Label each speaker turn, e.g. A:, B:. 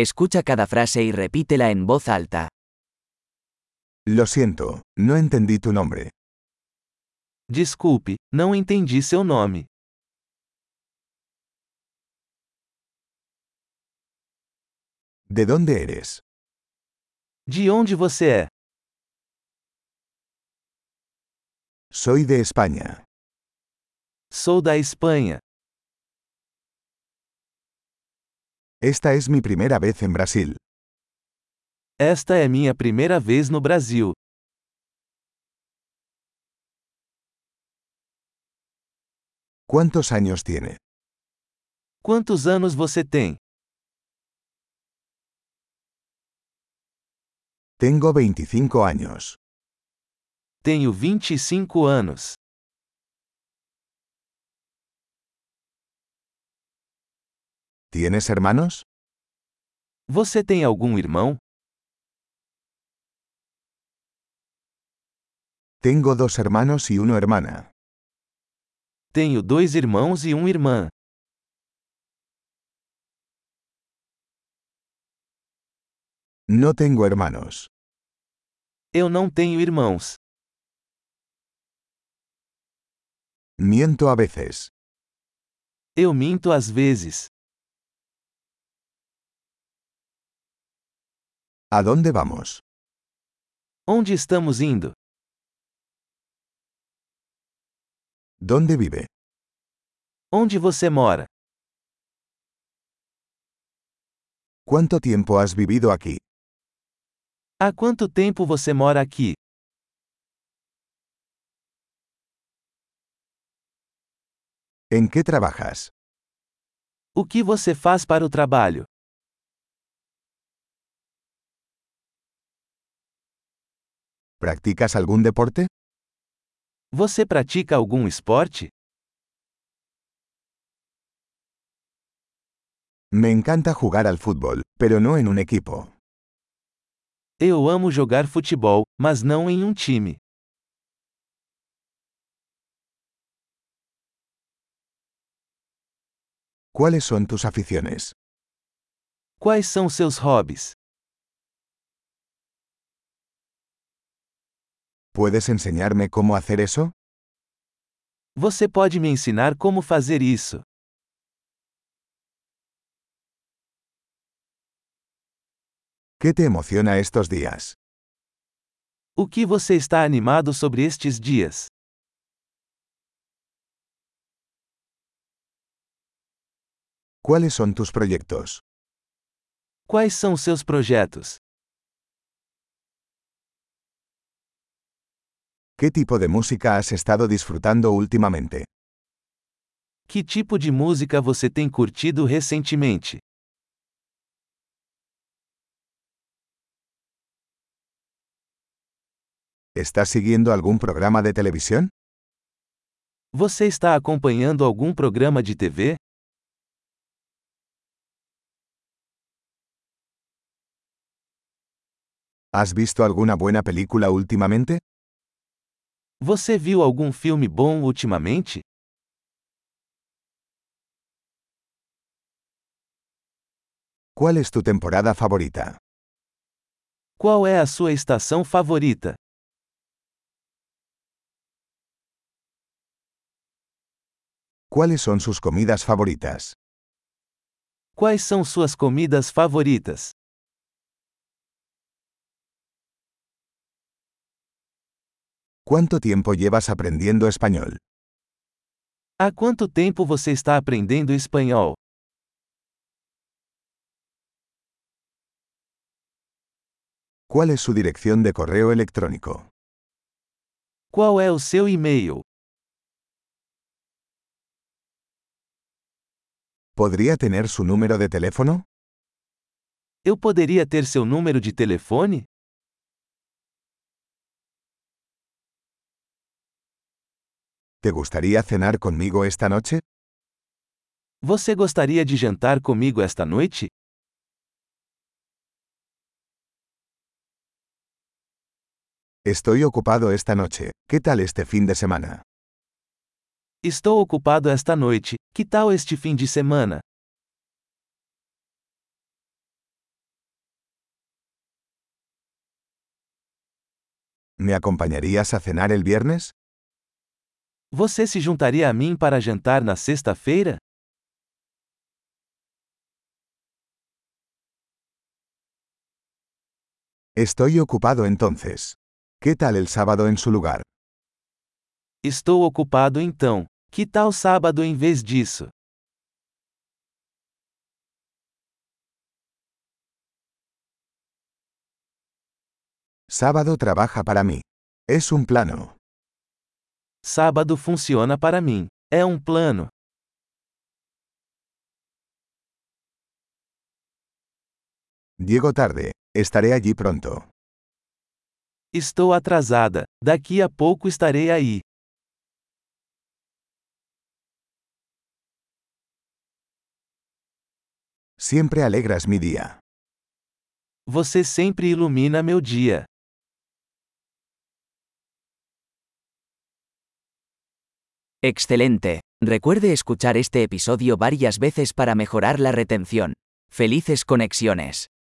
A: Escucha cada frase y repítela en voz alta.
B: Lo siento, no entendí tu nombre.
C: Desculpe, não entendi seu nome.
B: ¿De dónde eres?
C: De onde você é?
B: Soy de España.
C: Sou da Espanha.
B: Esta es mi primera vez en Brasil.
C: Esta é minha primeira vez no Brasil.
B: ¿Cuántos años tiene?
C: Quantos anos você tem?
B: Tengo 25 años.
C: Tenho 25 anos.
B: ¿Tienes hermanos?
C: Você tem algum irmão?
B: Tengo dos hermanos y una hermana.
C: Tenho dois irmãos e uma irmã.
B: No tengo hermanos.
C: Eu não tenho irmãos.
B: Miento a veces.
C: Eu minto às vezes.
B: ¿A dónde vamos?
C: Onde estamos indo?
B: ¿Dónde vive?
C: Onde você mora?
B: ¿Cuánto tiempo has vivido aquí?
C: Há quanto tempo você mora aqui?
B: ¿En qué trabajas?
C: O que você faz para o trabalho?
B: ¿Practicas algún deporte?
C: Você pratica algum esporte?
B: Me encanta jugar al fútbol, pero no en un equipo.
C: Eu amo jogar futebol, mas não em um time.
B: ¿Cuáles son tus aficiones?
C: Quais são seus hobbies?
B: ¿Puedes enseñarme cómo hacer eso?
C: Você pode me ensinar como fazer isso?
B: ¿Qué te emociona estos días?
C: O que você está animado sobre estes dias?
B: ¿Cuáles son tus proyectos?
C: Quais são seus projetos?
B: ¿Qué tipo de música has estado disfrutando últimamente?
C: Que tipo de música você tem curtido recentemente?
B: ¿Estás siguiendo algún programa de televisión?
C: Você está acompanhando algum programa de TV?
B: ¿Has visto alguna buena película últimamente?
C: Você viu algum filme bom ultimamente?
B: ¿Cuál es tu temporada favorita?
C: Qual é a sua estação favorita?
B: ¿Cuáles son sus comidas favoritas?
C: Quais são suas comidas favoritas?
B: ¿Cuánto tiempo llevas aprendiendo español?
C: Há quanto tempo você está aprendendo espanhol?
B: ¿Cuál es su dirección de correo electrónico?
C: Qual é o seu e-mail?
B: ¿Podría tener su número de teléfono?
C: Eu poderia ter seu número de telefone?
B: ¿Te gustaría cenar conmigo esta noche?
C: Você gostaria de jantar comigo esta noite?
B: Estoy ocupado esta noche. ¿Qué tal este fin de semana?
C: Estou ocupado esta noite. Que tal este fim de semana?
B: ¿Me acompañarías a cenar el viernes?
C: Você se juntaria a mim para jantar na sexta-feira?
B: Estoy ocupado entonces. ¿Qué tal el sábado en su lugar?
C: Estou ocupado então. Que tal sábado em vez disso?
B: Sábado trabaja para mí. Es un plano.
C: Sábado funciona para mim. É um plano.
B: Llego tarde. Estaré allí pronto.
C: Estou atrasada. Daqui a pouco estarei aí.
B: Siempre alegras mi día.
C: Você sempre ilumina meu dia.
A: Excelente. Recuerde escuchar este episodio varias veces para mejorar la retención. Felices conexiones.